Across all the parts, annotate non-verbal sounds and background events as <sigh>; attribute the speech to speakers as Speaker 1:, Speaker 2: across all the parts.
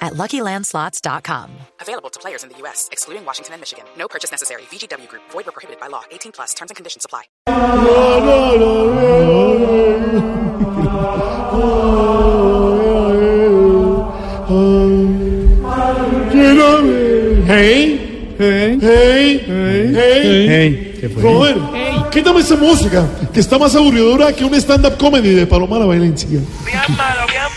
Speaker 1: at luckylandslots.com.
Speaker 2: Available to players in the U.S., excluding Washington and Michigan. No purchase necessary. VGW Group, void or prohibited by law. 18 plus terms and conditions apply.
Speaker 3: Hey,
Speaker 4: Hey,
Speaker 3: hey, hey,
Speaker 4: hey, ¿qué fue?
Speaker 3: Robert, quítame esa música que está más aburridora que un stand-up comedy de Palomara Valencia.
Speaker 5: Bien malo, bien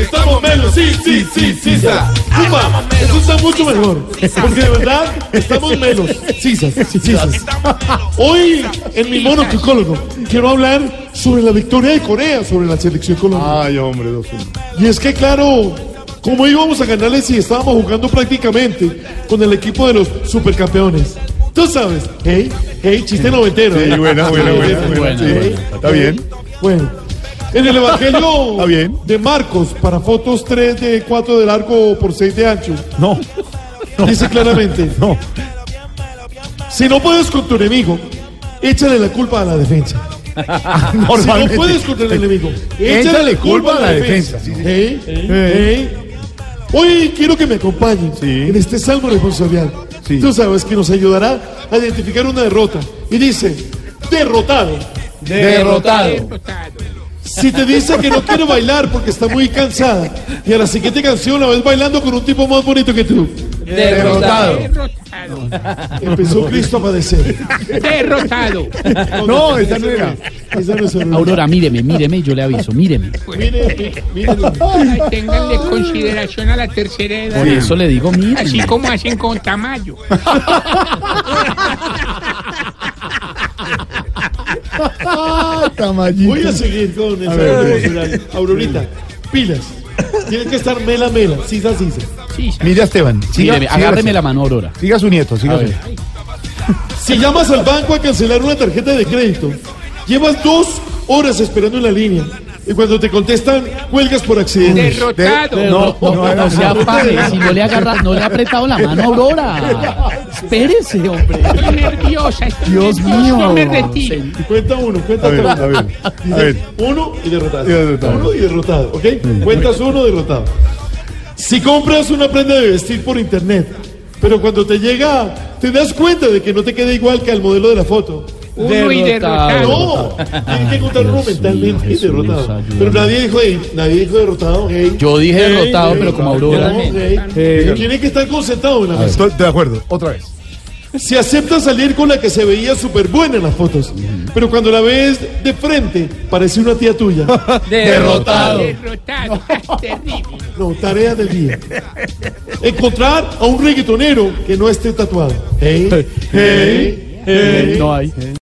Speaker 3: Estamos melo, sí, sí, sí, sisa. Zumba, eso está mucho mejor. Porque de verdad, estamos melos, sisas, sisas. Hoy, en mi monococólogo, quiero hablar sobre la victoria de Corea sobre la selección colombiana.
Speaker 4: Ay, hombre, dos
Speaker 3: Y es que claro, ¿cómo íbamos a ganarle si estábamos jugando prácticamente con el equipo de los supercampeones? Tú sabes, hey, hey, chiste noventero.
Speaker 4: Sí,
Speaker 3: ¿eh?
Speaker 4: buena, buena,
Speaker 3: Sí,
Speaker 4: buena,
Speaker 3: sí,
Speaker 4: buena,
Speaker 3: sí.
Speaker 4: buena. Está bien.
Speaker 3: Bueno, en el Evangelio
Speaker 4: <laughs> Está bien.
Speaker 3: de Marcos, para fotos 3 de 4 de largo por 6 de ancho,
Speaker 4: No,
Speaker 3: dice claramente,
Speaker 4: no.
Speaker 3: si no puedes con tu enemigo, échale la culpa a la
Speaker 4: <laughs>
Speaker 3: defensa. Si no
Speaker 4: Normalmente.
Speaker 3: puedes contra el enemigo,
Speaker 4: Échale culpa a la defensa.
Speaker 3: Ey, ey. Hoy quiero que me acompañen
Speaker 4: Sí.
Speaker 3: en este salmo responsorial.
Speaker 4: Sí.
Speaker 3: Tú sabes que nos ayudará a identificar una derrota. Y dice, derrotado.
Speaker 4: Derrotado.
Speaker 3: Si te dice que no quiere bailar porque está muy cansada y a la siguiente canción la ves bailando con un tipo más bonito que tú.
Speaker 4: Derrotado.
Speaker 3: Empezó Cristo a padecer.
Speaker 6: Derrotado.
Speaker 4: No, esa no era.
Speaker 3: Esa no es una-
Speaker 6: Aurora, míreme, míreme, yo le aviso, míreme.
Speaker 3: Mire, mire.
Speaker 6: Ay, ténganle consideración a la tercera edad.
Speaker 4: Sí.
Speaker 6: Eso le digo, míreme. Así como hacen con <laughs> Tamayo.
Speaker 4: Tamayito.
Speaker 3: Voy a seguir con esa
Speaker 4: ver,
Speaker 3: hermosura. Aurorita, pilas. Tienes que estar mela, mela, sisa, sisa.
Speaker 6: Sí, sí.
Speaker 4: Mira, Esteban. Siga,
Speaker 6: míreme,
Speaker 4: siga,
Speaker 6: agárreme la mano, Aurora.
Speaker 4: Siga su nieto, siga
Speaker 6: A
Speaker 4: su
Speaker 6: ver.
Speaker 4: nieto.
Speaker 3: Si llamas al banco a cancelar una tarjeta de crédito, llevas dos horas esperando en la línea y cuando te contestan, cuelgas por accidente.
Speaker 6: Derrotado.
Speaker 4: De- no, no, no,
Speaker 6: no sea
Speaker 4: no.
Speaker 6: paje, si no le agarra, no le ha apretado la mano a Aurora. <laughs> Espérese, hombre. Estoy nerviosa, estoy
Speaker 4: Dios
Speaker 6: nerviosa,
Speaker 4: mío.
Speaker 6: me retiro.
Speaker 3: Cuenta uno, cuenta
Speaker 4: A ver,
Speaker 3: uno.
Speaker 4: a ver. A
Speaker 3: Dice,
Speaker 4: ver.
Speaker 3: Uno y derrotado.
Speaker 4: Y derrotado.
Speaker 3: Uno y derrotado, ¿ok? Cuentas uno, derrotado. Si compras una prenda de vestir por internet, pero cuando te llega, te das cuenta de que no te queda igual que al modelo de la foto.
Speaker 6: Uno y
Speaker 3: No,
Speaker 6: derrotado.
Speaker 3: tiene que contar uno mentalmente
Speaker 6: mío, Jesús,
Speaker 3: derrotado.
Speaker 6: ayúdame.
Speaker 3: Pero nadie dijo, hey, nadie dijo derrotado. hey.
Speaker 6: Yo dije
Speaker 3: Hey,
Speaker 6: derrotado,
Speaker 3: hey,
Speaker 6: pero como
Speaker 3: derrotado,
Speaker 6: Aurora.
Speaker 3: hey. Pero Tiene que estar concentrado en la mesa.
Speaker 4: Estoy de acuerdo. Otra vez.
Speaker 3: Si acepta salir con la que se veía súper buena en las fotos, pero cuando la ves de frente, parece una tía
Speaker 4: <laughs>
Speaker 3: tuya.
Speaker 4: Derrotado.
Speaker 6: Derrotado. Terrible.
Speaker 3: No, tarea del día. Encontrar a un reggaetonero que no esté tatuado. Hey, hey, hey.
Speaker 6: No hay.